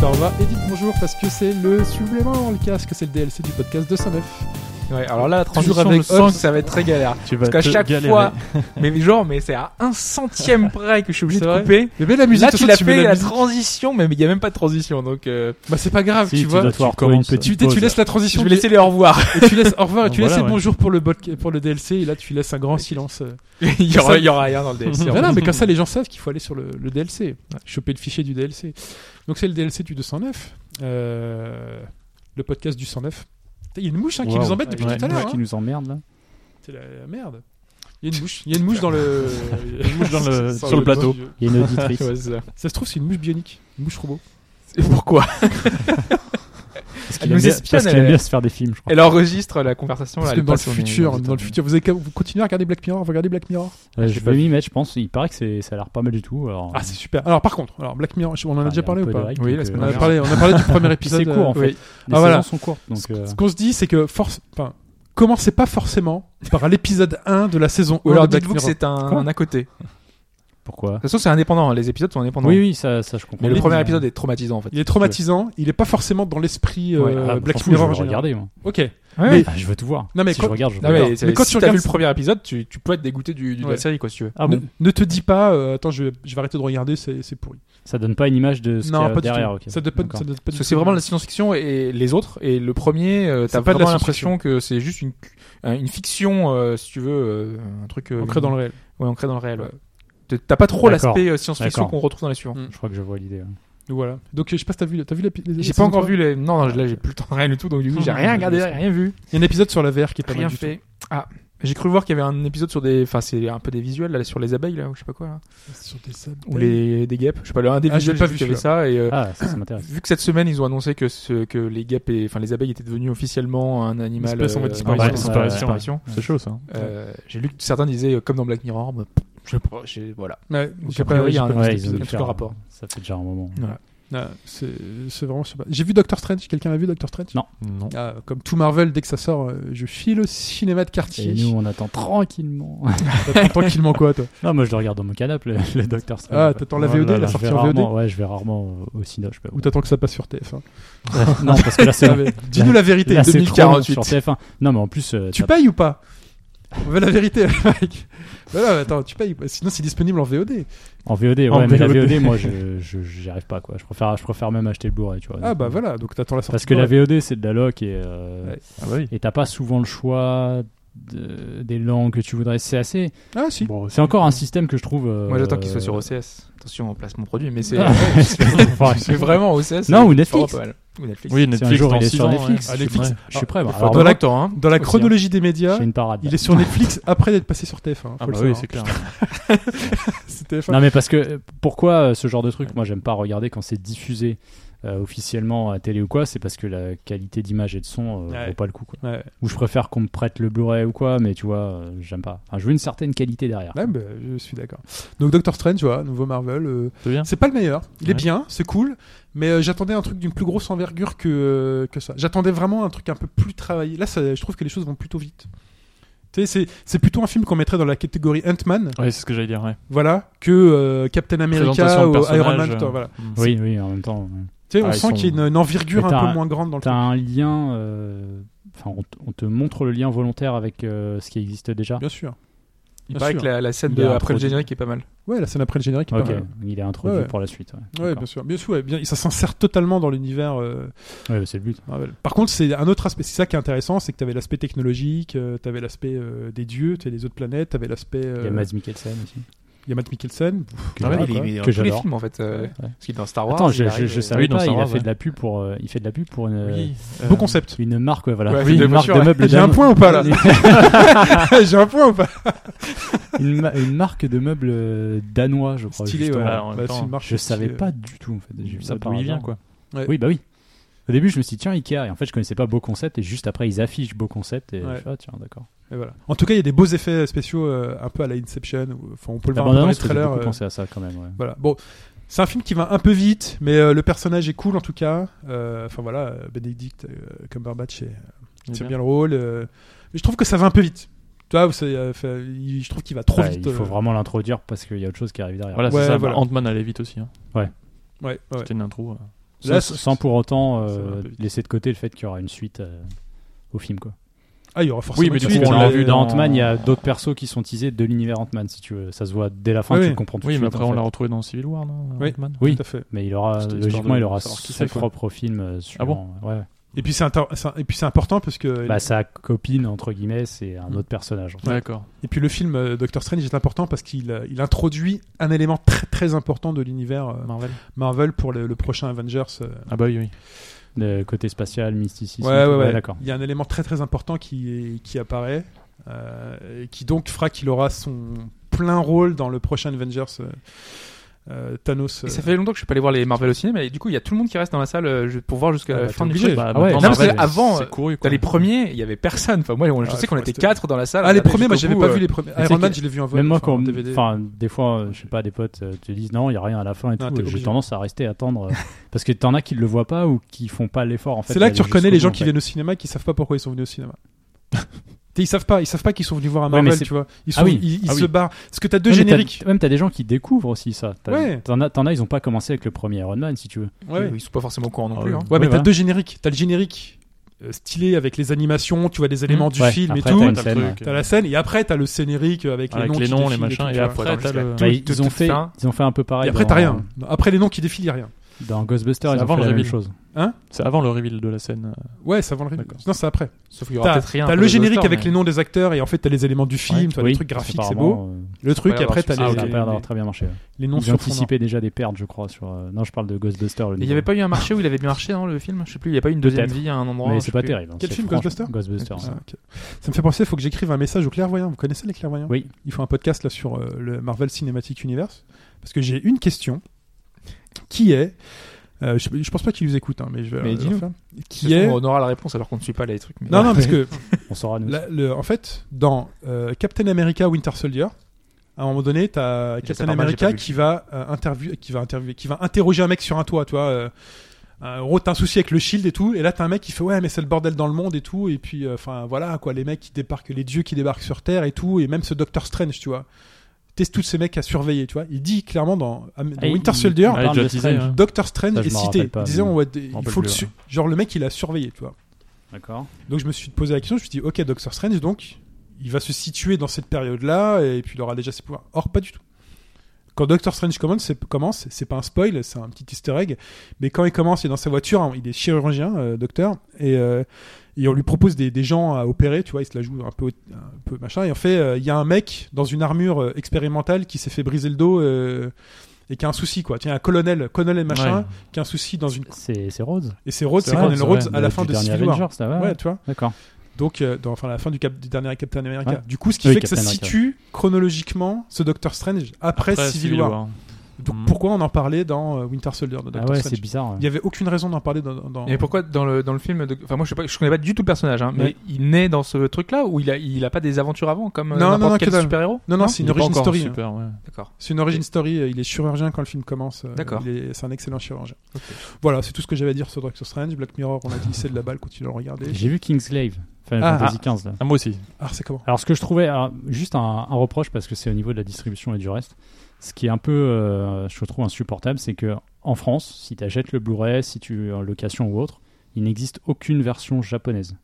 Torva et dites bonjour parce que c'est le supplément, le casque, c'est le DLC du podcast 209. Ouais, alors là, la transition Toujours avec avec Hobbs, Hobbs. ça va être très galère. Tu vas Parce qu'à te chaque galérer. fois, mais genre, mais c'est à un centième près que je suis obligé C'est de vrai. couper. Mais mets la musique, Là, de tu toute l'as façon, mets fait la la musique. transition, mais il n'y a même pas de transition, donc euh, Bah, c'est pas grave, Si, tu tu vois. dois Tu, te voir tu- comme une tu- tu petite pause. laisses la je transition vais du- laisser les au revoir. et tu laisses au revoir et tu Voilà, laisses les ouais. bonjour pour le, bod- pour le DLC et là tu laisses un grand silence. euh. il y aura- il y rien dans le DLC. Non, non, mais comme ça les gens savent qu'il faut aller sur le, le DLC, choper le fichier du DLC. Donc c'est le DLC du 209, euh, le podcast du 109. Putain, Il y a une mouche hein, qui Wow. nous embête depuis Ouais, tout à une l'heure. mouche hein. qui nous emmerde là. C'est la la merde. Il y a une mouche, il y a une mouche dans le. Il y a une mouche dans le- Sans sur le plateau. dos. Il y a une auditrice. Ouais, c'est ça. ça se trouve, c'est une mouche bionique, une mouche robot. Et pourquoi Parce Parce qu'il aime bien- parce qu'il aime bien se faire des films, je crois. Elle enregistre la conversation. Parce là, que elle dans le passe sur les- futur, les dans le états- futur, vous, avez, vous continuez à regarder Black Mirror, regardez Black Mirror. Euh, j'ai je pas vais m'y mettre, je pense. Il paraît que c'est- ça a l'air pas mal du tout. Alors, Ah, c'est super. Alors par contre, alors Black Mirror, je- on en a enfin, Ah, il y déjà un parlé peu ou de pas hype, Oui, donc, la semaine euh, on, a parlé, on a parlé du premier épisode. C'est court, en euh, fait. oui. Les Ah, voilà. saisons sont courtes, donc. euh, Ce qu'on se dit, c'est que force, enfin, commencez pas forcément par l'épisode 1 de la saison 1 Ou alors de Black dites-vous que Mirror. c'est un, Quoi un à côté. De Pourquoi toute façon, c'est indépendant. hein, Les épisodes sont indépendants. Oui, oui, ça, ça je comprends. Mais le bien, premier épisode est traumatisant en fait. Il est traumatisant, il est pas forcément dans l'esprit euh, Ouais, Ah, bah, Black s'en fout, Mirror en Je vais le général. regarder, moi. Ok. Ouais. Ah, je veux tout voir. Non, mais Ah, si quoi- je regarde, je Non, regarde. mais, c'est- mais quand si tu t'as regardes- vu le premier épisode, tu, tu peux être dégoûté du, du- de Ouais. la série quoi si tu veux. Ah ne, bon ne te dis pas, euh, attends, je vais, je vais arrêter de regarder, c'est c'est pourri. Ça donne pas une image de ce qu'il y non, a pas du derrière. tout. ok. Ça donne pas, D'accord. ça donne pas du Parce que tout. c'est vraiment de la science-fiction et les autres. Et le premier, euh, C'est t'as pas de la vraiment science-fiction. l'impression que c'est juste une, un- une fiction, euh, si tu veux, euh, un truc euh, ancré dans le réel. ouais, ancré dans le réel. ouais. Mmh. T'as- T'as pas trop D'accord. l'aspect euh, science-fiction D'accord. qu'on retrouve dans les suivants. Mm. Je crois que je euh. vois l'idée. ouais. Donc voilà. Donc euh, je sais pas si t'as vu, t'as vu l'épi- les- la J'ai pas saison encore 3? vu les. Non, non, là j'ai plus le temps de rien du tout, donc du coup j'ai rien regardé, rien vu. Il y a un épisode sur la VR qui est pas Rien mal du tout. fait. Ah, j'ai cru voir qu'il y avait un épisode sur des. Enfin, c'est un peu des visuels là, sur les abeilles là, ou je sais pas quoi. là. Sur des Ou les des guêpes. Je sais pas, le un des Ah, j'ai visuels pas j'ai vu vu qu'il y avait ça et. euh, Ah, ça, ça m'intéresse. Vu que cette semaine ils ont annoncé que ce que les guêpes et enfin les abeilles étaient devenues officiellement un animal espèce en voie de disparition. ouais, Ouais, disparition, disparition, ouais. C'est chaud ça. Euh, j'ai lu que certains disaient euh, comme dans Black Mirror, mais pff, je sais pas, j'ai- voilà. Ouais, Donc, j'ai a pas- priori, il y a j'ai un pas- petit Ouais, ils ont épisode, dû tout le faire- hein. rapport. Ça fait déjà un moment. Ah, c'est c'est vraiment super. J'ai vu Doctor Strange. Quelqu'un l'a vu Doctor Strange Non. Non. Ah, comme tout Marvel, dès que ça sort, euh, je file au cinéma de quartier. Et nous, on attend tranquillement. T'attends tranquillement quoi, toi non, moi, je le regarde dans mon canapé, le, le Docteur Strange. Ah, t'attends la Oh là VOD, la là, je sortie vais en VOD rarement, ouais, je vais rarement au, au cinéma. Je sais pas. Ou t'attends que ça passe sur TF1 non, parce que là, c'est Ah, mais Dis-nous la vérité. là, c'est trop long 2048. sur TF1. Non, mais en plus, euh, Tu t'as- payes ou pas On veut la vérité, mec. Voilà, attends, tu payes. ou pas Sinon, c'est disponible en VOD. en VOD, ouais, En mais la VOD. VOD, moi, je, je- j'y arrive pas, quoi. Je préfère, je préfère même acheter le Blu-ray, tu vois. Ah bah voilà, donc t'attends la sortie. Parce que la VOD, c'est de la loc et euh, Ouais. Ah bah oui. et t'as pas souvent le choix de- des langues que tu voudrais. C'est assez. Ah si. Bon, c'est encore un système que je trouve. euh, Moi j'attends qu'il soit sur OCS. Attention, on place mon produit, mais c'est euh, Ah. Enfin, c'est vraiment OCS. Non, c'est ou Netflix. pas mal. Ou Netflix. Oui, Si un Netflix, jour dans il est six sur ans, Netflix, ouais. je Ah, suis Netflix. prêt. je suis prêt. bah, Faut alors, attendre dans la- longtemps, hein. Dans la Aussi, hein. chronologie des médias, j'ai une parade. là. il est sur Netflix après d'être passé sur TF1. hein, faut Ah le bah oui, savoir. c'est clair. C'est TF1. Non mais parce que euh, pourquoi euh, ce genre de truc Moi j'aime pas regarder quand c'est diffusé euh, officiellement à télé ou quoi. C'est parce que la qualité d'image et de son euh, Ouais. vaut pas le coup. Quoi. Ouais. Ou je préfère qu'on me prête le Blu-ray ou quoi. Mais tu vois, euh, j'aime pas. Enfin, je veux une certaine qualité derrière. Ouais, bah, je suis d'accord. Donc Doctor Strange, voilà, nouveau Marvel. euh, C'est bien. c'est pas le meilleur. Il est Ouais. bien, c'est cool, mais euh, j'attendais un truc d'une plus grosse envergure que, euh, que ça. J'attendais vraiment un truc un peu plus travaillé. Là, ça- je trouve que les choses vont plutôt vite. Tu sais, c'est- c'est plutôt un film qu'on mettrait dans la catégorie Ant-Man, Ouais, c'est ce que j'allais dire. Ouais. voilà, que euh, Captain America Présentation de ou Iron Man. personnage, tout- euh, voilà. Oui, oui, en même temps. ouais. Tu sais, on Ah, ils sent sont- qu'il y a une, une envergure Mais un t'as peu un- moins grande dans le T'as truc. un lien. euh, Enfin, on t- on, te montre le lien volontaire avec euh, ce qui existe déjà. Bien sûr. Il Bien paraît sûr. que la, la scène Il de y a un après le produit. générique est pas mal. Ouais, la scène après le générique est Ok, pas mal. il est introduit Ouais, ouais. pour la suite. Ouais, Ouais, D'accord. bien sûr. Bien sûr, ouais, bien, ça s'insère totalement dans l'univers. euh, Ouais, bah, c'est le but. Marvel. Par contre, c'est un autre aspect. C'est ça qui est intéressant, c'est que tu avais l'aspect technologique, tu avais l'aspect euh, des dieux, tu des autres planètes, tu avais l'aspect. euh, Il y a Mads Mikkelsen aussi. il y a Matt Mikkelsen. que Ah ouais, j'adore, il est- quoi, il est dans que tous les j'adore. films en fait. euh, Ouais. Parce qu'il est dans Star Wars. Attends, il je, je, arrive, je euh, savais oui, dans pas, Star il a Wars, fait ouais. de la pub pour, euh, il fait de la pub pour une, Euh. Beau concept. une marque, ouais, voilà, Ouais, une de marque voiture, de ouais. meubles. J'ai un d'âme. point ou pas, là J'ai un point ou pas une, ma- une marque de meubles euh, danois, je crois. Stylé, ouais. justement. Alors, en même Bah, temps, c'est une marque Je savais stylée. pas du tout. En fait. J'ai vu ça par d'où il vient hasard. quoi. Ouais. Oui, bah oui. Au début, je me suis dit, tiens, Ikea. Et en fait, je connaissais pas Beau Concept. Et juste après, ils affichent Beau Concept. Et je Ouais. fais, ah, tiens, d'accord. euh, Et voilà. En tout cas, il y a des beaux effets spéciaux euh, un peu à la Inception. ou- Enfin, on peut le La voir un peu dans les bande-annonce faisait trailers. beaucoup euh, penser à ça quand même. ouais. Voilà. Bon, c'est un film qui va un peu vite, mais euh, le personnage est cool en tout cas. Euh, Enfin voilà, euh, Benedict euh, Cumberbatch est- Il est tient bien. bien le rôle. euh, mais je trouve que ça va un peu vite. Tu vois, c'est, euh, fait- il- je trouve qu'il va trop Ouais, vite. Bah, il faut euh, vraiment l'introduire parce qu'il y a autre chose qui arrive derrière. Voilà, Ouais, c'est ça. voilà. Ant-Man allait vite aussi. Hein. Ouais, ouais. C'était une intro. euh. Là, sans, ça- sans pour autant euh, ça va un peu vite. laisser de côté le fait qu'il y aura une suite euh, au film quoi. Ah, il y aura forcément mais une du suite. coup, on dans, l'a vu dans dans- Ant-Man, il y a d'autres persos qui sont teasés de l'univers Ant-Man si tu veux. Ça se voit dès la fin, Oui, tu oui. le comprends tout Oui, de mais suite. après, en on fait. l'a retrouvé dans Civil War, non Oui. Ant-Man Oui, Tout à fait. mais il aura C'était histoire logiquement de il aura savoir qui ses c'est, quoi. propres films. euh, Ah suivants, ouais, ouais. Et puis c'est inter- c'est- et puis c'est important parce que Bah, sa copine entre guillemets, c'est un Hmm. Mm. autre personnage. en fait. D'accord. et puis le film euh, Doctor Strange est important parce qu'il euh, il introduit un élément très très important de l'univers euh, Marvel. Marvel pour le, le prochain Avengers. euh. Ah bah oui, oui. Le côté spatial, mysticisme. Ouais, tout, ouais, ouais. D'accord. Il y a un élément très très important qui qui apparaît euh, et qui donc fera qu'il aura son plein rôle dans le prochain Avengers. euh, euh, Thanos. Et euh, ça fait longtemps que je suis pas allé voir les Marvel au cinéma, et du coup, il y a tout le monde qui reste dans la salle euh, je- pour voir jusqu'à Ah la bah, fin t'es du obligé. truc. Bah, maintenant, non, Marvel, parce que euh, avant, C'est couru, quoi. dans les premiers, il y avait personne. Enfin, moi, on- je Ah, sais qu'on faut était rester- quatre dans la salle. Ah, les Regardez premiers, moi jusqu'au j'avais bout, pas euh, vu les premiers. c'est Iron que- Man, je l'ai vu en vol. Même moi, enfin, en quand, DVD. enfin, des fois, euh, je sais pas, des potes euh, te disent non, il y a rien à la fin et Ah, tout. t'es et J'ai obligé. tendance à rester attendre euh, parce que t'en as qui le voient pas ou qui font pas l'effort. En fait, c'est là que tu d'aller reconnais les gens jusqu'au qui bout, en viennent au cinéma et qui savent pas pourquoi ils sont venus au cinéma. T'sais, ils savent pas, ils savent pas qu'ils sont venus voir un Ouais, mais Marvel, c'est- tu vois. Ils, Ah sont, oui, ils, ils ah se oui. barrent. Parce que t'as deux fait. Ouais, mais t'as- génériques. Même t'as des gens qui découvrent aussi ça. T'as- Ouais. T'en as, t'en as, ils ont pas commencé avec le premier Iron Man, si tu veux. Ouais, ouais. Ils sont pas forcément au courant non Ah, plus. oui. hein. Ouais, mais Ouais, t'as ouais. deux génériques. T'as le générique euh, stylé avec les animations, tu vois, des éléments du Mmh. Ouais, film et après, tout. t'as T'as, une T'as scène, le ouais. truc, la scène et après t'as le scénérique avec, Avec les noms, les qui noms, les défilent machins, tout, et tu vois. après Attends, t'as le. Bah, tout- ils, tout- ont tout fait, fait un. ils ont fait un peu pareil. Et après dans- t'as rien. Non, Après les noms qui défilent, y a rien. Dans Ghostbusters, C'est ils ont avant fait le la même reveal. chose. C'est avant le reveal de la scène. Ouais, ça avant le film. D'accord. Non, c'est après. hein. Sauf qu'il y aura T'as, peut-être rien. t'as après le les générique Oscars, avec mais- les noms des acteurs et en fait t'as les éléments du film, t'as les Oui, trucs parce graphiques, c'est beau. qu'apparemment, euh, Le truc, Ouais, et après alors, t'as ah, les, ok. ça a les- pas l'air d'avoir très bien marché. ouais. les noms Ils ont sur fond anticipé déjà des pertes, je crois. Sur, euh, non, je parle de Ghostbusters. le Et il n'y nouveau. avait pas eu un marché où il avait bien marché dans le film Je sais plus, il n'y a pas eu une deuxième Peut-être. vie à un endroit. Mais je c'est sais pas plus. terrible. hein, Quel c'est hein. film, franchement- Ghostbusters Ghostbusters. Ah, ok. Ça me fait penser, il faut que j'écrive un message aux clairvoyants. Vous connaissez les clairvoyants Oui. Ils font un podcast là sur euh, le Marvel Cinematic Universe. Parce que j'ai une question qui est. euh, je, je pense pas qu'ils nous écoutent, hein, mais je vais Mais euh, leur dis-nous. faire. De toute Qui façon, est. On aura la réponse alors qu'on ne suit pas les trucs. mais- Non, non, parce que On saura nous. la- le- en fait, dans euh, Captain America Winter Soldier, à un moment donné, t'as Je sais Captain pas, moi, j'ai pas America vu. qui va, euh, interview- qui, va interviewer- qui va interroger un mec sur un toit, tu vois. euh, en gros, t'as un souci avec le shield et tout, et là t'as un mec qui fait ouais mais c'est le bordel dans le monde et tout, et puis euh, enfin voilà quoi, les mecs qui débarquent, les dieux qui débarquent sur Terre et tout, et même ce Doctor Strange, tu vois. T'es tous ces mecs à surveiller, tu vois. Il dit clairement dans, dans Ah, il- Winter il- Soldier, on Ah, parle déjà de teasé, Strange. hein. Doctor Strange Ça, je est m'en cité. rappelle pas, Il disait, mais- on va dé- On il peut faut le le dire. su- genre le mec il a surveillé, tu vois. hein. D'accord. Donc je me suis posé la question, je me suis dit, ok, Doctor Strange, donc il va se situer dans cette période-là et puis il aura déjà ses pouvoirs. Or, pas du tout. Quand Doctor Strange commence, c'est, commence, c'est pas un spoil, c'est un petit easter egg, mais quand il commence, il est dans sa voiture, hein, il est chirurgien, euh, docteur, et, euh, et on lui propose des, des gens à opérer, tu vois, il se la joue un peu, un peu machin, et en fait, euh, il y a un mec dans une armure euh, expérimentale qui s'est fait briser le dos euh, et qui a un souci, quoi. Tiens, un colonel, colonel machin, Ouais. qui a un souci dans une. C'est c'est Rhodes. Et c'est Rhodes, C'est c'est Rhodes, Colonel ouais, Rhodes à de- la fin du de dernier Civil War. Avengers, ça va. Ouais, tu vois. D'accord. Ah Donc, euh, dans, enfin, la fin du, cap- du dernier Captain America. Ouais. Du coup, ce qui Oui, fait que ça Captain America. situe chronologiquement ce Doctor Strange après, Civil War. Donc, Mm. pourquoi on en parlait dans euh, Winter Soldier de Mhm. Ah Doctor ouais, Strange c'est bizarre. ouais. Il n'y avait aucune raison d'en parler dans. dans- Mais pourquoi dans le, dans le film de- Enfin, moi, je, sais pas, je connais pas du tout le personnage, hein, mais Ouais. il naît dans ce truc-là ou il a, il a pas des aventures avant comme euh, Non, non, n'importe non, quel que dalle. super-héros Non, non, c'est Il une est pas origin encore story. hein. Super, ouais. D'accord. C'est une origin story. euh, Il est chirurgien quand le film commence. euh, D'accord. il est- C'est un excellent chirurgien. Ok. Voilà, c'est tout ce que j'avais à dire sur Doctor Strange. Black Mirror, on a dit c'est de la balle, continuez à le regarder. J'ai vu Kingslave. Final Ah. Fantasy XV. Là. Ah, moi aussi. Ah, c'est comment Alors ce que je trouvais, alors, juste un, un reproche parce que c'est au niveau de la distribution et du reste, ce qui est un peu, euh, je trouve insupportable, c'est que en France, si tu achètes le Blu-ray, si tu es en location ou autre, il n'existe aucune version japonaise.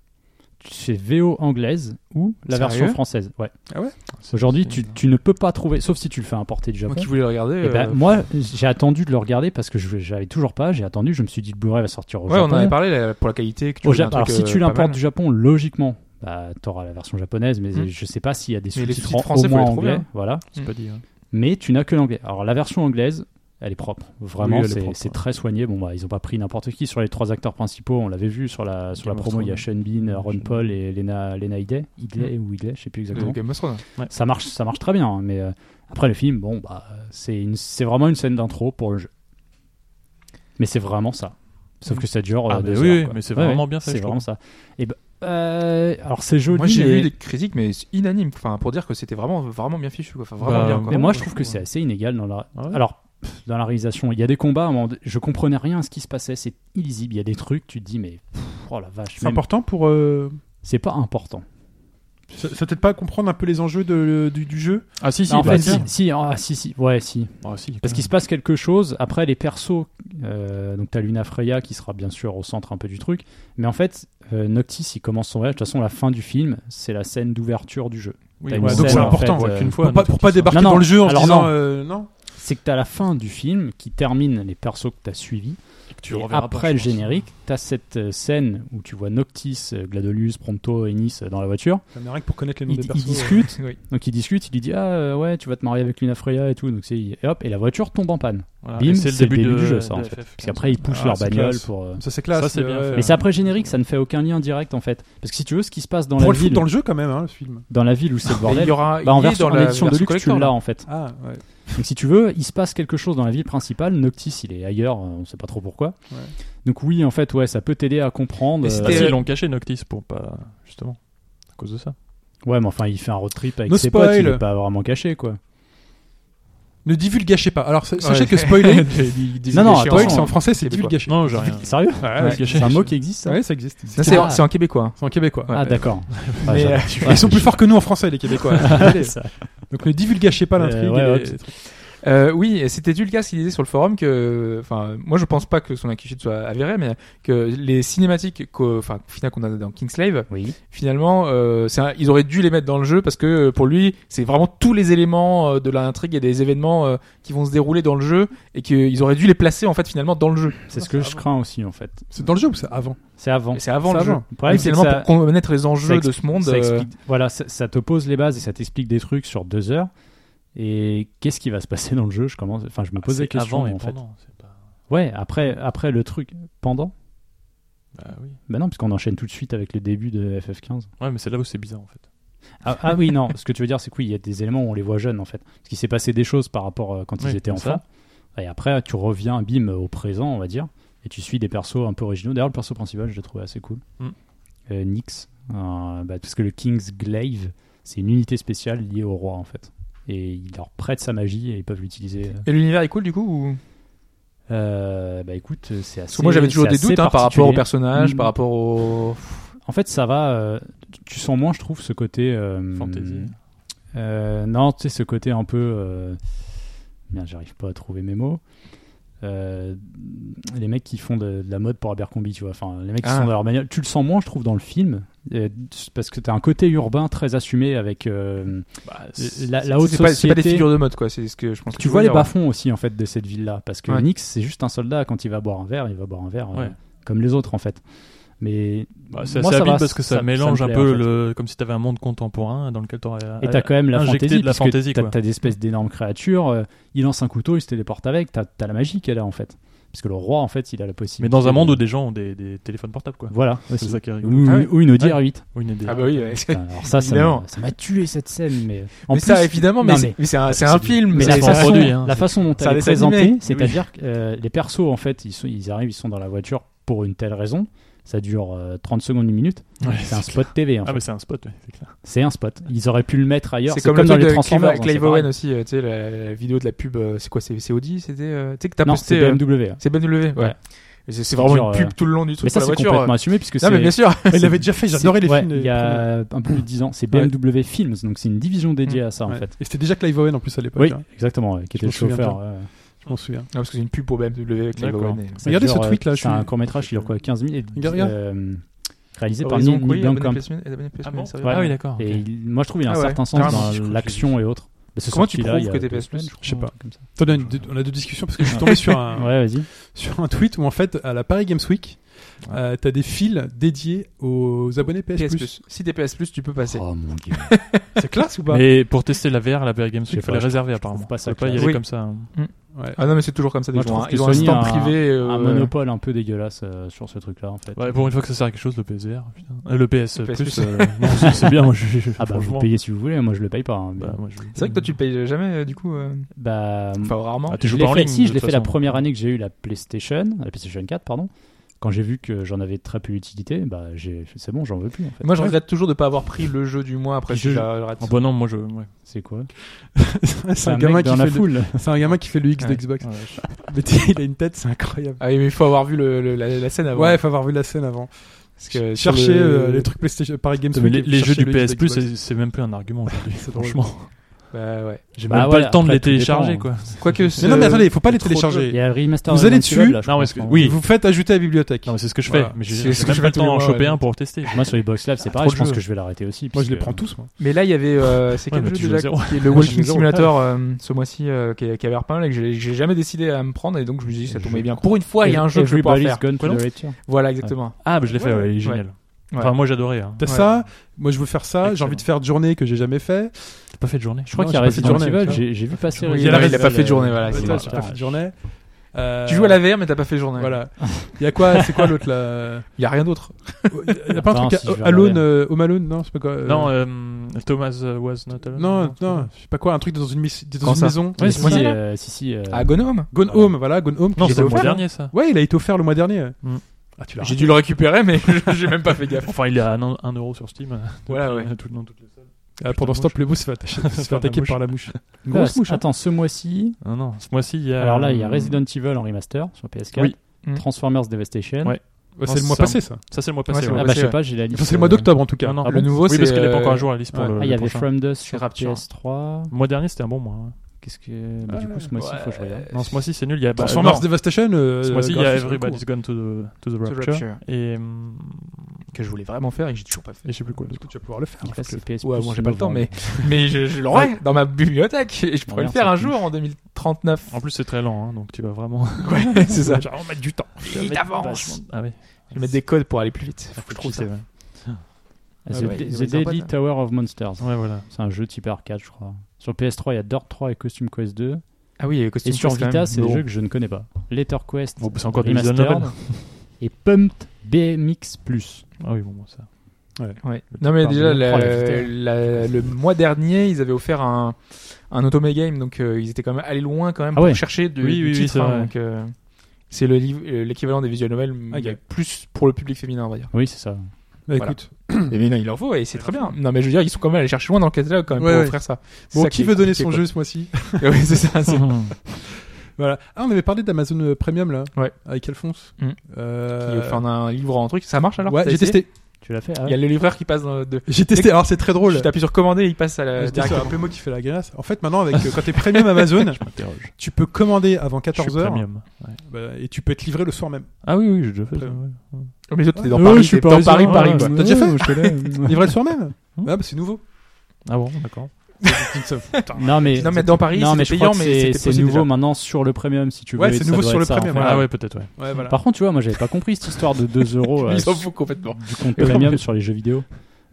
C'est VO anglaise ou la Sérieux version française. Ouais. Ah ouais Aujourd'hui, tu, tu ne peux pas trouver, sauf si tu le fais importer du Moi Japon. qui voulais le regarder. Eh ben, euh, moi, j'ai attendu de le regarder parce que je j'avais toujours pas. J'ai attendu, je me suis dit le Blu-ray va sortir au Ouais, on Japon. en avait parlé là, pour la qualité. Oh, Que tu Au voulais un Japon. Alors, truc, si tu euh, pas l'importes mal. du Japon, logiquement, bah, t'auras la version japonaise, mais Mm. je sais pas s'il y a des Mais les sous-titres sous-titres en- français, au faut moins les trouver, anglais. hein. Voilà. C'est pas dit. hein. Mais tu n'as que l'anglais. Alors, la version anglaise, elle est propre. Vraiment, Oui, elle est c'est- propre, c'est ouais. très soigné. Bon, bah, ils ont pas pris n'importe qui. Sur les trois acteurs principaux, on l'avait vu sur la, sur la Game of promo, il y a Sean Thrones. Bean, Ron Sean Paul et Lena, Lena Headey. Headey Hmm. ou Headey, je sais plus De exactement. Game of Thrones. Ça, marche, ça marche très bien. hein, mais euh, après, le film, bon, bah, c'est une- c'est vraiment une scène d'intro pour le jeu. Mais c'est vraiment ça. Sauf que ça dure. Ah, euh, bah deux oui, heures, oui, quoi. mais c'est Ouais, vraiment ouais, bien fait, C'est je trouve. vraiment ça. Et ben, euh, alors, c'est joli. Moi j'ai mais- lu les critiques, mais c'est unanime. Enfin, pour dire que c'était vraiment, vraiment bien fichu. Quoi. Enfin, vraiment Bah, bien. Quoi. Mais Comment moi, on je le trouve trouve, que c'est ouais. assez inégal dans la. Ah ouais Alors, pff, dans la réalisation, il y a des combats. à un moment donné, Je comprenais rien à ce qui se passait. C'est illisible. Il y a des trucs, tu te dis, mais pff, oh la vache. C'est même- important pour. euh, C'est pas important. Ça, ça t'aide pas à comprendre un peu les enjeux de- du, du jeu Ah si, si, Non, en bah, fait, si. si, si, ah, si, si, ouais, si. Ah, si, quand Parce qu'il se passe quelque chose. Après, les persos, euh, donc t'as Luna Freya qui sera bien sûr au centre un peu du truc. Mais en fait, euh, Noctis, il commence son voyage. De toute façon, la fin du film, c'est la scène d'ouverture du jeu. Oui, T'as une ouais, donc scène, c'est en important, fait, ouais, euh, qu'une fois, Pour pas, pour pas débarquer Non, non, dans le jeu en se alors disant non. euh, non. c'est que t'as la fin du film qui termine les persos que t'as suivis. tu et reverras pas, après je le pense. générique, t'as cette euh, scène où tu vois Noctis, euh, Gladolus, Prompto et Nice euh, dans la voiture. Ça m'est rien que pour connaître les noms des Ils, ils persos. euh, discutent. Oui. Donc ils discutent. Il lui dit ah euh, ouais, tu vas te marier avec Luna Freya et tout. Donc c'est et hop et la voiture tombe en panne. Voilà, Bim, et c'est le début de- du jeu, ça, en de fait. FF15. Parce qu'après ils poussent Ah, leur c'est bagnole classe. pour. euh, Ça c'est classe. Ça, c'est bien fait. Mais c'est après le générique, ça ne fait aucun lien direct en fait. Parce que si tu veux, ce qui se passe dans Pour la le foutre ville, dans le jeu quand même, hein, le film. dans la ville où c'est le Mais bordel, il y aura bah, en il est version, dans en la édition de version luxe, tu collector, l'as là. en fait. Ah ouais. Donc si tu veux, il se passe quelque chose dans la ville principale. Noctis, il est ailleurs, euh, on ne sait pas trop pourquoi. Ouais. Donc oui, en fait, ouais, ça peut t'aider à comprendre. Et euh, Ah, si, C'était- ils l'ont caché Noctis pour pas justement à cause de ça. Ouais, mais enfin, il fait un road trip avec No ses potes, il spoil. est pas vraiment caché, quoi. Ne divulgachez pas. Alors sa- sachez Ouais. que spoiler, Non, non, spoil, attention. hein. c'est en français, c'est Québécois. divulgachez. Non, j'ai rien. Sérieux Ouais, caché. C'est un mot qui existe, ça Ouais, ça existe. Ça, c'est en- c'est en québécois. C'est en québécois. Ouais. Ah, d'accord. Ah, Mais, j'adore. euh, Ils sont plus forts que nous en français, les Québécois. Ouais, ça. Donc ne divulgachez pas Euh, l'intrigue. ouais, et ouais, les- tout- Euh, oui, et c'était Tulkas qui disait sur le forum que, enfin, moi je pense pas que son inquiétude soit avérée, mais que les cinématiques, qu'au- enfin, au final qu'on a dans Kingslave, Oui. finalement, euh, c'est un- ils auraient dû les mettre dans le jeu parce que euh, pour lui, c'est vraiment tous les éléments euh, de l'intrigue et des événements euh, qui vont se dérouler dans le jeu et qu'ils auraient dû les placer en fait finalement dans le jeu. C'est ce Ah, que c'est je avant. crains aussi, en fait. C'est dans le jeu ou c'est avant C'est avant. Et C'est avant le C'est jeu. avant. Le problème, Et c'est que finalement ça- pour connaître les ça enjeux de ce monde. ça euh, explique- Voilà, ça, ça te pose les bases et ça t'explique des trucs sur deux heures. Et qu'est-ce qui va se passer dans le jeu Je commence, enfin, je me pose Ah, C'est des questions avant et en fait. pendant, c'est pas- Ouais, après, après le truc pendant. Bah oui. Ben non, parce qu'on enchaîne tout de suite avec le début de FF15. Ouais, mais c'est là où c'est bizarre en fait. Ah, ah oui, non, ce que tu veux dire, c'est que oui, il y a des éléments où on les voit jeunes, en fait. Parce qu'il s'est passé des choses par rapport euh, quand Oui, ils étaient comme ça. enfants. Et après, tu reviens, bim, au présent, on va dire. Et tu suis des persos un peu originaux. D'ailleurs, le perso principal, je l'ai trouvé assez cool. Mm. Euh, Nyx. un- bah, parce que le King's Glaive, c'est une unité spéciale liée au roi, en fait. Et il leur prête sa magie et ils peuvent l'utiliser. Et l'univers est cool du coup ou... Euh, bah écoute, c'est assez. Parce que moi j'avais toujours c'est des assez doutes hein, par rapport particulier. au personnage, Mm. par rapport au. En fait, ça va. euh, tu- tu sens moins, je trouve, ce côté. euh, Fantasy. Euh, non, tu sais, ce côté un peu. Euh... Bien, j'arrive pas à trouver mes mots. Euh, les mecs qui font de, de la mode pour Abercrombie, tu vois. Enfin, les mecs qui Ah. sont dans leur bagnole. Tu le sens moins, je trouve, dans le film. euh, parce que t'as un côté urbain très assumé avec euh, Bah, la, la haute C'est pas, c'est société. pas des figures de mode quoi, c'est ce que je pense. que Tu veux vois les dire. bas-fonds aussi, en fait, de cette ville-là. Parce que Ouais. Nix, c'est juste un soldat. Quand il va boire un verre, il va boire un verre euh, Ouais. comme les autres, en fait. Mais Bah, c'est Moi, assez ça habile va, parce que ça, ça- ça me mélange plaît, un peu en fait. le comme si t'avais un monde contemporain dans lequel t'aurais Et t'as quand même la injecté fantaisie, de la parce que fantaisie, t'as, quoi. t'as des espèces d'énormes créatures. euh, il lance un couteau, il se téléporte avec. T'as, t'as la magie qu'elle a en fait, parce que le roi en fait, il a la mais possibilité. dans un monde de- où des gens ont des, des téléphones portables quoi. Voilà. C'est aussi. ça qui est rigolo. Ou, Ah ouais. ou une Audi R8. Ou une idée. Ah bah oui, ouais. Enfin, alors ça, ça Évidemment. m'a, ça m'a tué cette scène, mais en mais plus, ça évidemment, mais, non, c'est- mais c'est un, c'est un c'est- film. mais c'est- la c'est c'est- un façon, produit, hein, la c'est- façon dont c'est un elle est dessin présentée, animé. c'est-à-dire que euh, les persos en fait, ils, sont- ils arrivent, ils sont dans la voiture pour une telle raison. Ça dure euh, 30 secondes, une minute. Ouais, C'est un c'est spot TV. En fait. Ah mais c'est un spot, ouais, c'est clair. C'est un spot. Ils auraient pu le mettre ailleurs. C'est comme, le dans truc les de Transformers. Clive, hein, Clive c'est pareil. Owen aussi, euh, tu sais, la, la vidéo de la pub, euh, c'est quoi C'est c'est Audi C'était. euh, tu sais que t'as Non, posté. c'est euh, BMW. hein. C'est BMW, ouais. Ouais. Et C'est c'est vraiment Genre, une pub euh, tout le long du truc Mais ça, pour c'est la voiture. complètement assumé puisque Non, mais bien c'est. sûr. Il l'avait déjà fait, j'adorais les c'est- ouais, films. Il y les premiers. a un peu plus de 10 ans, c'est BMW Films, donc c'est une division dédiée à ça en Ouais. fait. Et c'était déjà Clive Owen en plus à l'époque. Oui, hein. exactement, ouais, Je qui était me le souviens chauffeur. bien. euh, Je m'en souviens. Non, parce que c'est une pub pour BMW avec Clive D'accord. Owen. et- ça Regardez ce tweet, là, je C'est un suis- court métrage, il dure quoi 15 minutes Regarde, regarde. euh, Réalisé par Horizon, Neil oui, Neil abonnez Blomkamp. plus- abonnez plus- Ah bon sérieux. Ouais. Ah oui d'accord. Et ok. il- moi je trouve il a un Ah ouais, certain sens carrément, je crois dans que l'action et autres. Bah, ce Comment tu sorti-là, il y prouves a que t'es deux PS+, semaines, je crois, sais pas. un truc comme ça. Attends, On a, une- on a deux discussions parce que je suis tombé sur un, Mm. Ouais, vas-y. sur un tweet où en fait à la Paris Games Week, Ouais. euh, t'as des fils dédiés aux abonnés PS. PS Plus. Si t'es PS Plus, tu peux passer. Oh mon dieu. C'est classe ou pas Mais pour tester la VR, la VR Games Week, Je sais il fallait pas, je- réserver trouve apparemment. pas Bah, Pas ça ça pas y classe. aller Oui. comme ça. hein. Ouais. Ah non, mais c'est toujours comme ça des Moi, je gens. trouve hein. que Ils ont un Sony stand a privé. euh, Un monopole un peu dégueulasse euh, sur ce truc-là en fait. Ouais, pour une fois que ça sert à quelque chose le PSVR, putain. Euh, Le PS, Le PS+, plus, euh, non, c'est- c'est bien moi je, je- Ah bah vous franchement. payez si vous voulez, moi je le paye pas. hein, mais- Bah, moi, je- C'est vrai que toi, tu le payes jamais, euh, du coup. euh, Bah Enfin, rarement. Ah, tu Je joues l'ai pas en fait- ligne. Si, de je l'ai toute fait la façon. première année que j'ai eu la PlayStation, la PlayStation 4, pardon. Quand j'ai vu que j'en avais très peu d'utilité, bah j'ai fait, c'est bon, j'en veux plus en fait. Moi, je regrette toujours de pas avoir pris le jeu du mois après. Puis si je- je la rate. Ah bah non, moi je. Ouais. C'est quoi c'est un, gamin qui dans fait la le, foule. c'est un gamin qui fait le X Ouais. d'Xbox. Ouais, je- Mais t'sais, il a une tête, c'est incroyable. Ah oui, mais il faut avoir vu le- le- la, la scène avant. Ouais, faut avoir vu la scène avant. Parce que sur Cherchez le- euh, les trucs PlayStation, Paris Games Putain, mais les, Week, les jeux cherchez le du PS Plus, Xbox. c'est- c'est même plus un argument aujourd'hui. C'est drôle. franchement, Bah ouais. j'ai Bah même voilà, pas le temps de après, les tout dépend. télécharger quoi. Quoique. Mais non, mais ce- attendez, il faut pas les trop de jeux. Il y télécharger. a le remaster Vous de allez Antilope, dessus là, je Non, crois, excuse- en- oui. Vous faites ajouter à la bibliothèque. Non mais c'est ce que je fais, Voilà. mais j'ai C'est j'ai ce que même je pas fais le tous temps les d'en mois, choper ouais. un pour tester. Moi sur Xbox Lab, c'est Ah, pareil, trop je de pense jeux. que je vais l'arrêter aussi. Moi, je les puisque- prends tous. moi. Mais là, il y avait. euh, c'est Ouais, quel mais jeu tu joues déjà zéro. qui est Le Je Walking joue zéro. Simulator euh, ce mois-ci euh, qui, qui avait l'air pas mal et que j'ai- j'ai jamais décidé à me prendre et donc je me suis dit ça tombait bien. Pour une fois, il y a un jeu que je vais pouvoir Everybody's faire. Gone to Quoi the Rapture. Voilà, exactement. Ah, bah je l'ai fait, Ouais. ouais, il est génial. Ouais. Enfin, moi j'adorais. hein. T'as Ouais. ça. Moi, je veux faire ça. J'ai Excellent. envie de faire de journée que j'ai jamais fait. T'as pas fait de journée. Je crois Non, qu'il y a j'ai pas fait de Resident journée, Evil, tu vois. j'ai j'ai vu passer Il y a Resident la- Evil, il a pas fait de journée, voilà, euh, Ouais, Bah, c'est t'as- bon. j'ai pas fait de journée. Euh, Tu joues à la VR mais t'as pas fait journée. Voilà. Il y a quoi C'est quoi l'autre là Il y a rien d'autre. Il y a pas un Non, truc si, je vais à Alone, regarder. euh, Home Alone Non, c'est pas quoi. euh, Non, euh, Thomas euh, was not alone. non, c'est pas non, je sais pas quoi. Un truc dans une, mis- dans Quand une ça maison. Ouais, Mais si, c'est moi, ça, là euh, si, si, euh, À Gnome. Gone Home, voilà, Gone Home. qui Non, était c'est le mois offert. dernier ça. Ouais, il a été offert le mois dernier. Mm. Ah, tu l'as. J'ai dû le récupérer mais j'ai même pas fait gaffe. Enfin, il est à 1 euro sur Steam. Voilà, ouais. Tout, dans toutes les salles. Ah, pendant ce temps, Plébo se fait attacher- se fait Par la attaquer mouche. par la mouche. Une ah, grosse mouche. hein. Attends, ce mois-ci, Non, non, ce mois-ci, il y a. alors là, il y a euh, Resident Evil en remaster sur PS4. Oui. Mm. Transformers Devastation. Ouais. Ouais, Bah, c'est le mois ça- passé, ça. Ça, c'est le mois Ouais, passé. c'est le Ah ouais. mois bah passé, je sais ouais. pas, j'ai la liste. Enfin, c'est le mois d'octobre, en tout Ah cas. non, Le nouveau, Oui, parce c'est, qu'il est pas encore euh, à jour la liste pour ouais. le. Ah, il y le avait prochain. From Dust sur Rapture. PS3. Le mois dernier, c'était un bon mois. hein. Qu'est-ce que. bah, du Ouais, coup, ce mois-ci, ouais. faut que je regarde. Non, ce mois-ci, c'est nul. Il y a bah, Transformers non, Devastation. euh, Ce mois-ci, il y a graphisme, Everybody's Gone to the, to To the the Rapture. Rapture. Et. hum, Que je voulais vraiment faire et que j'ai toujours pas fait. Et je sais plus quoi. cool. Du coup, tu vas pouvoir le faire. Il reste le PS Ouais, Plus bon, j'ai pas le temps, mais, novembre. mais je, je l'aurai dans ma bibliothèque et je pourrais Merde, le faire ça un pue. jour en 2039. En plus, c'est très lent, hein, donc tu vas vraiment. Ouais, c'est ça. Tu vas vraiment mettre du temps. Tu vas Il mettre avance. vachement- Ah oui. Je vais mettre des codes pour aller plus vite. Faut que je trouve ça. Ouais, Ah, Ouais, The, ouais, The ils ont des Deadly sympas, ça. Tower of Monsters. Ouais, voilà. C'est un jeu type arcade, je crois. Sur PS3, il y a Dirt 3 et Costume Quest 2. Ah oui, et Et costume sur Quest, quand Vita, même. c'est des Bon. jeux que je ne connais pas. Letter Quest. Bon, c'est encore des Remastered. visual novels. Et Pumped BMX Plus. Ah oui, bon, bon, ça. Ouais. Le Non mais petit déjà pardon. la- Oh, la Vita. la- le mois dernier, ils avaient offert un un Automé Game, donc euh, ils étaient quand même allés loin quand même Ah ouais. pour chercher du, Oui, du oui, oui, titre. c'est hein, vrai. donc, euh, c'est le liv- euh, l'équivalent des visual novels, Ah, mais ok. plus pour le public féminin, on va dire. Oui, c'est ça. Bah, Voilà. écoute. Mais, non, il en faut et c'est très bien. Non mais je veux dire, ils sont quand même allés chercher loin dans le catalogue quand même Ouais, pour ouais. offrir ça. C'est Bon, ça qui est veut donner son compliqué, jeu ce mois-ci quoi. Ouais, c'est ça. c'est- Voilà. Ah, on avait parlé d'Amazon euh, Premium, là. Ouais. Avec Alphonse. Mm. Euh, Qui offre un, un livre en truc, ça marche alors Ouais, T'as j'ai essayé testé. Tu l'as fait ah Il y a le livreur qui passe dans, de. J'ai testé. Alors, c'est très drôle. Tu t'appuies sur commander, il passe à euh, la. C'était directement. un peu moi qui fait la grâce. En fait, maintenant, avec euh, quand t'es premium Amazon, Je m'interroge. tu peux commander avant Je suis 14 h premium. Ouais. et tu peux être livré le soir même. Ah oui, oui, j'ai déjà fait. ça, Très bien. ouais. Mais toi, t'es dans Ouais, Paris, je suis t'es dans Paris, parisien, Paris. ouais. quoi. T'as déjà fait fait Livré le soir même Mm. Ah bah c'est nouveau. Ah bon, d'accord. Non mais Non, mais dans Paris, non, mais c'était je crois payant, que mais c'est- c'était c'est possible nouveau déjà. maintenant sur le premium si tu veux. Ouais, et c'est ça nouveau doit sur être le ça, premium, en fait. Voilà. Ah ouais, peut-être, ouais. Ouais, voilà. Par contre, tu vois, moi j'avais pas compris cette histoire de 2 euros euh, Il s'en sur- fout complètement. du compte premium sur les jeux vidéo.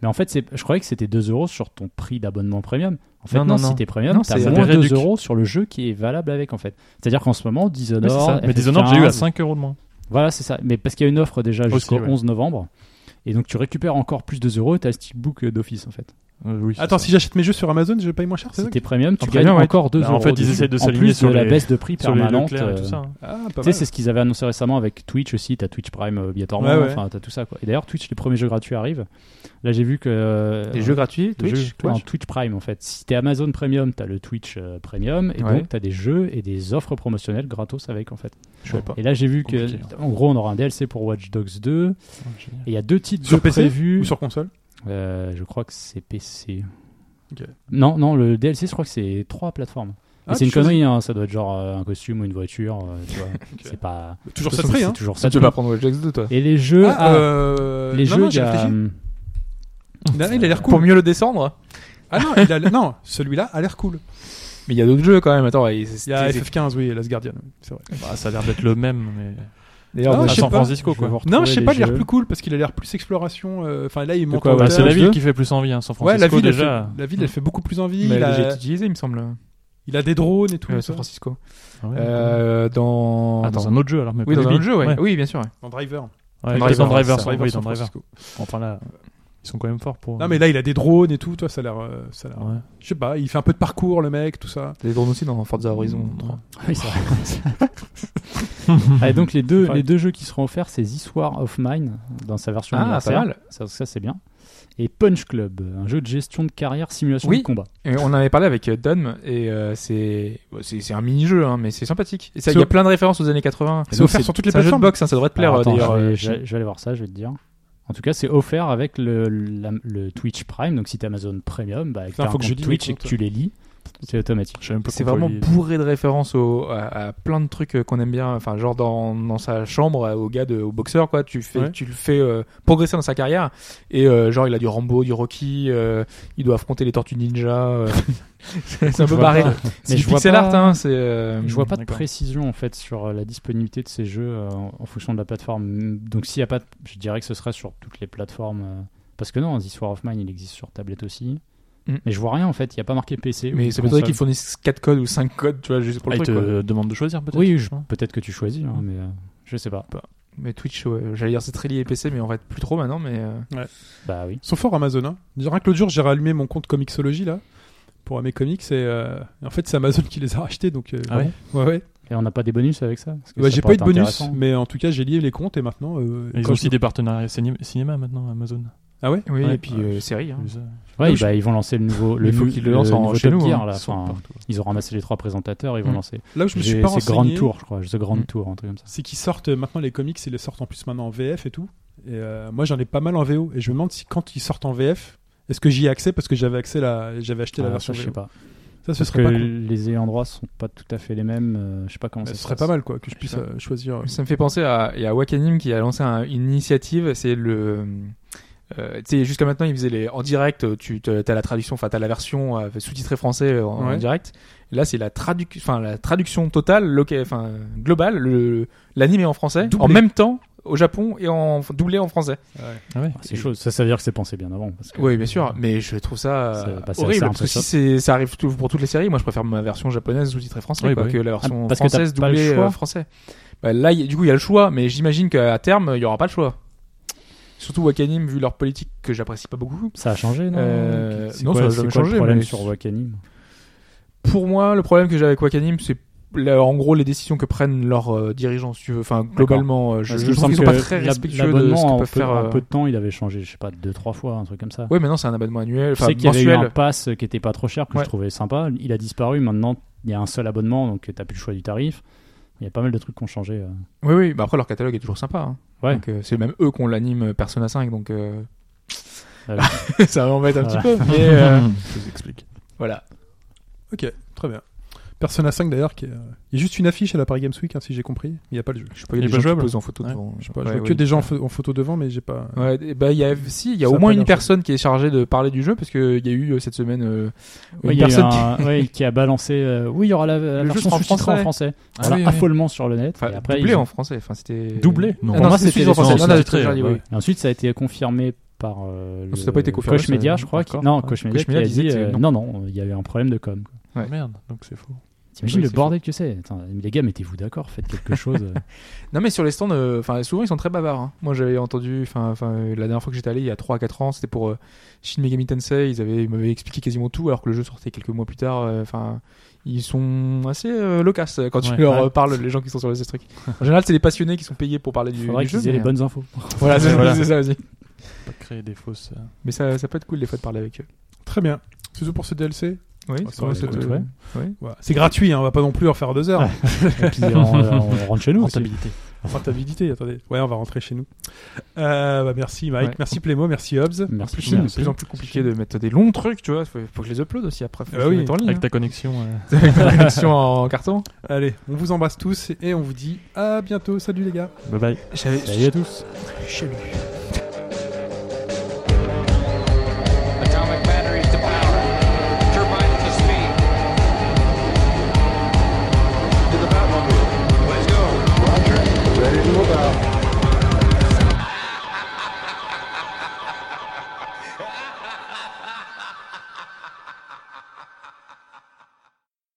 Mais en fait, c'est- je croyais que c'était 2 euros sur ton prix d'abonnement premium. En fait, Non, non, non, non. si t'es premium, Non, t'as c'est- ça moins fait 2 réduc. euros sur le jeu qui est valable avec en fait. C'est-à-dire qu'en ce moment, Mais c'est Dishonored. ça. Mais FF15, Dishonored, j'ai eu à 5 euros de moins. Voilà, c'est ça. Mais parce qu'il y a une offre déjà jusqu'au ouais. 11 novembre. Et donc tu récupères encore plus 2 euros et t'as le steelbook euh, d'office en fait. Euh, oui, c'est Attends, ça. si j'achète mes jeux sur Amazon, je paye moins cher, c'est Si ça t'es premium, tu En gagnes premium, ouais. encore 2 Bah, en euros. fait, ils dessus. essaient de En s'aligner plus sur de la les- baisse de prix sur les permanente. Leclerc et tout euh, ça. hein. Ah, pas Tu sais, mal. c'est ce qu'ils avaient annoncé récemment avec Twitch aussi. T'as Twitch Prime euh, obligatoirement. Ouais, ouais. Enfin, t'as tout ça quoi. Et d'ailleurs, Twitch, les premiers jeux gratuits arrivent. Là, j'ai vu que. euh, Des jeux gratuits, des Twitch, Bah, jeux- non, Twitch Prime en fait. Si t'es Amazon Premium, t'as le Twitch euh, Premium et Ouais. donc t'as des jeux et des offres promotionnelles gratos avec en fait. Je sais pas. Et là j'ai vu que Compliqué, hein. en gros on aura un DLC pour Watch Dogs 2 Oh, Ah, génial. et il y a deux titres Sur de PC prévus. Ou sur console Euh, je crois que c'est PC. Ok. Non, non, le DLC, je crois que c'est trois plateformes. Et Ah, c'est tu une choisis. connerie, hein, ça doit être genre euh, un costume ou une voiture, euh, tu vois. C'est pas. Toujours c'est ça de prix, hein toujours Ça, ça. tu de veux pas prix. prendre Watch Dogs 2, toi Et les jeux, Ah, ah, euh, les non, jeux, non, il j'ai y a, réfléchi. hum, Non, il a l'air Pour cool. mieux le descendre Ah non, il a l'air- non, celui-là a l'air cool. Mais il y a d'autres jeux quand même. Attends, et c'est- Il y a c'est- FF15, oui, et Last Guardian, oui, c'est vrai. Bah, ça a l'air d'être le même, mais. Ah, D'ailleurs, à je sais San pas. Francisco, je vais quoi. vous retrouver Non, je sais les pas, il a l'air jeux. plus cool parce qu'il a l'air plus exploration. euh, Enfin, là, il monte quoi, en bah, Bah, hauteur. c'est la ville jeu. qui fait plus envie, hein. San Ouais, la Francisco ville, elle déjà. fait- la ville, elle fait beaucoup plus envie. mais il, j'ai a, utilisé, il me semble. il a des drones et tout. euh, ça. San Francisco. Ah ouais. Euh, dans. Ah, dans un autre jeu alors. mais Oui, pas dans Baby. un jeu, ouais. Oui, bien sûr. ouais. Dans Driver. Ouais, Driver, dans Driver, c'est sans- oui, San dans Driver. Francisco. Enfin là, ils sont quand même forts pour. Non, mais là, il a des drones et tout. Toi, ça a l'air. euh, ça a l'air- Ouais. Je sais pas, il fait un peu de parcours, le mec, tout ça. T'as des drones aussi dans Forza Horizon 3. Ah Oui, c'est vrai. Allez, donc les deux, les deux jeux qui seront offerts, c'est This War of Mine dans sa version Ah, anniversaire. pas mal. Ça, ça, c'est bien. Et Punch Club, un jeu de gestion de carrière, simulation Oui. de combat. Et on en avait parlé avec euh, Dom et euh, c'est bon, c'est c'est un mini-jeu, hein, mais c'est sympathique. Et ça, C'est il y a au- plein de références aux années 80. C'est offert sur toutes les C'est un jeu de plateformes. boxe, hein, ça devrait te plaire Alors, attends, d'ailleurs. je, vais, euh, je vais- je vais aller voir ça, je vais te dire. En tout cas, c'est offert avec le, la- le Twitch Prime. Donc, si t'as Amazon Premium, bah, Putain, t'as un faut que je compte lis mes Twitch et que comptes. tu les lis, c'est automatique. Je sais même pas C'est qu'on peut vraiment y- bourré de références au- à, à plein de trucs euh, qu'on aime bien. Enfin, genre dans, dans sa chambre, euh, au gars, de, au boxeur, quoi. Tu, fais, Ouais. tu le fais euh, progresser dans sa carrière. Et euh, genre, il a du Rambo, du Rocky. euh, il doit affronter les Tortues Ninja. euh. c'est un peu vois barré. pas. C'est Mais du je vois pixel pas- art, hein. C'est. euh, Je vois pas de D'accord. précision en fait sur euh, la disponibilité de ces jeux euh, en en fonction de la plateforme. Mm, Donc s'il y a pas, de- je dirais que ce serait sur toutes les plateformes. euh, parce que non, The Sword of Mine, il existe sur tablette aussi. Mm. Mais je vois rien en fait. Il y a pas marqué PC. ou Mais ça m'étonnerait console. qu'ils fournissent 4 codes ou 5 codes, tu vois, juste pour Ah, le il te truc. quoi. demande de choisir peut-être. Oui, je- non peut-être que tu choisis, hein, mais euh, je sais pas. Mais Twitch, ouais, j'allais dire c'est très lié PC, mais en fait plus trop maintenant. Mais euh, Bah oui. Ils sont forts Amazon. Hein. Rien que l'autre jour, j'ai rallumé mon compte Comixology là pour mes comics et euh, en fait c'est Amazon qui les a rachetés donc euh, Ah ouais ouais ouais Et on n'a pas des bonus avec ça Parce que Bah, ça j'ai pourrait pas eu de être bonus intéressant. mais en tout cas j'ai lié les comptes et maintenant euh, Ils quand ont je- aussi des partenariats ciné- cinéma maintenant, Amazon. ah ouais oui, Ouais. et puis Ouais. euh, série. hein. J'ai vu ça. Ouais, Non, bah, ils vont lancer le nouveau. Le Il faut nou- qu'ils le lancent en- nouveau chez Top nous, Gear, hein. là. Ils sont Enfin, partout. ils ont ramassé les trois présentateurs. Ils vont Mm. lancer. là où je me suis J'ai- pas C'est Grand renseigné Tour, je crois. The Grand Mm. Tour, un truc comme ça. c'est qu'ils sortent euh, maintenant les comics et les sortent en plus maintenant en VF et tout et euh, moi j'en ai pas mal en VO et je me demande si quand ils sortent en VF est-ce que j'y ai accès parce que j'avais accès la j'avais acheté la Ah, version ça, je sais VO. pas. ça ce Parce serait que pas cool. les ayants droit sont pas tout à fait les mêmes. euh, je sais pas comment ce ça se serait passe. pas mal quoi que je puisse Ça. euh, choisir euh, Ça me fait penser à, il y a Wakanim qui a lancé un- une initiative. C'est le. euh, tu sais, jusqu'à maintenant, ils faisaient les en direct. Tu as la traduction, enfin, t'as la version euh, sous-titrée français euh, en, en Ouais. direct. Là, c'est la traduction, enfin, la traduction totale, loca- enfin, globale, le- l'anime est en français, Doublé. en même temps au Japon et en doublé en français. ouais. Ah ouais. Ah, c'est chaud. Ça, ça veut dire que c'est pensé bien avant. parce que- Oui, bien sûr, mais je trouve ça C'est- euh, euh, bah, c'est horrible assez parce que si c'est- ça arrive tout- pour toutes les séries, moi je préfère ma version japonaise sous-titrée français Oui, quoi, bah oui. que la version Ah, parce que t'as française pas le doublée choix. euh, français. Bah, là, il y a- du coup, il y a le choix, mais j'imagine qu'à terme, il y aura pas le choix. Surtout Wakanim, vu leur politique que j'apprécie pas beaucoup. Ça a changé, non Euh, C'est non, quoi- ça a c'est jamais quoi le changé, problème mais- sur Wakanim. Pour moi, le problème que j'ai avec Wakanim, c'est la- en gros les décisions que prennent leurs euh, dirigeants. si tu veux. Enfin, globalement, euh, je, Parce je que il me trouve semble qu'ils sont pas que très l'ab- respectueux de ce l'abonnement, qu'ils en peuvent peu- faire. En euh. peu de temps, il avait changé, je sais pas, deux trois fois, un truc comme ça. Ouais, maintenant c'est un abonnement annuel, je enfin sais qu'il y avait eu mensuel. un pass qui était pas trop cher que Ouais. je trouvais sympa. Il a disparu. Maintenant, il y a un seul abonnement, donc t'as plus le choix du tarif. Il y a pas mal de trucs qui ont changé. euh. Oui, oui, bah après leur catalogue est toujours sympa. hein. Ouais. Donc, euh, c'est même eux qu'on l'anime euh, Persona 5, donc euh, Voilà. ça m'embête un Ah Voilà. petit peu. Mais euh, Je vous explique. voilà. ok très bien Persona 5 d'ailleurs qui est, euh, il y a juste une affiche à la Paris Games Week hein, si j'ai compris il n'y a pas le jeu Je sais pas, il Il y est a des pas gens qui jouable. posent en photo Ouais. devant. Je sais pas, je Ouais, vois ouais, que oui. des gens en, pho- en photo devant, mais j'ai pas. Ouais, et bah, il y a, si, il y a Ça au a moins pas l'air une chouette. personne qui est chargée de parler du jeu, parce qu'il y a eu euh, cette semaine euh, une Ouais, il y a eu personne qui. un- ouais, qui a balancé. euh, oui, il y aura la, la jeu version sera en sous-titrée en français. français. Ah Voilà, oui, oui. affolement sur le net. Enfin, et après, doublé ils ont- en français. Enfin, c'était. Doublé Non. Ah Pour non, moi, c'est c'était sous-titré en les- français. non, Non, non, sous-titré, j'ai dit, ouais. oui. Et ensuite, ça a été confirmé par. euh, Ça le- n'a pas été confirmé, Koch Media, ça- je crois. qui- d'accord. Non, Ouais. Koch Media Koch qui Media a disait dit que euh, non. non, non, il y a eu un problème de com. quoi. Ouais. Merde, donc c'est faux. T'imagines Oui, le c'est bordel que c'est Attends, Les gars, mettez-vous d'accord, faites quelque chose. Non, mais sur les stands, euh, enfin, souvent ils sont très bavards. hein. Moi j'avais entendu, enfin, enfin, euh, la dernière fois que j'étais allé il y a 3 à 4 ans, c'était pour euh, Shin Megami Tensei. Ils, avaient, ils m'avaient expliqué quasiment tout alors que le jeu sortait quelques mois plus tard. euh, Enfin, ils sont assez euh, loquaces euh, quand tu Ouais, leur ouais. euh, parles, les gens qui sont sur les trucs. En général, c'est les passionnés qui sont payés pour parler du, Faudrait du jeu. qu'ils aient les mais- euh, bonnes infos. Voilà, c'est Voilà. c'est ça aussi. Pas créer des fausses. euh, Mais ça, ça peut être cool des fois de parler avec eux. Très bien. C'est tout pour ce DLC. Oui, Ah, c'est ça vrai, va, c'est- écoute, euh, ouais. Voilà. C'est gratuit, hein, on va pas non plus en faire deux heures. Et puis, on, on rentre chez nous. aussi. rentabilité. Rentabilité, attendez. Ouais, on va rentrer chez nous. Euh, bah, merci Mike, Ouais. merci Plémo, merci Hobbs. Merci. C'est de merci. plus en plus compliqué de mettre des longs trucs, tu vois. Faut, faut que je les upload aussi après. Faut Ah que je les oui. mette en ligne. Avec ta connexion. euh, hein. Une connexion en carton. Allez, on vous embrasse tous et on vous dit à bientôt. Salut les gars. Bye bye. J'avais. Salut à tous. Salut.